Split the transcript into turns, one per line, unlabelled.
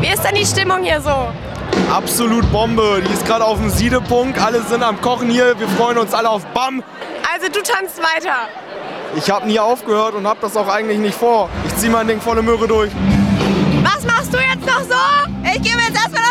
Wie ist denn die Stimmung hier so?
Absolut Bombe. Die ist gerade auf dem Siedepunkt. Alle sind am Kochen hier. Wir freuen uns alle auf BAM.
Also du tanzt weiter.
Ich habe nie aufgehört und habe das auch eigentlich nicht vor. Ich ziehe mein Ding volle Möhre durch.
Was machst du jetzt noch so?
Ich gebe jetzt erstmal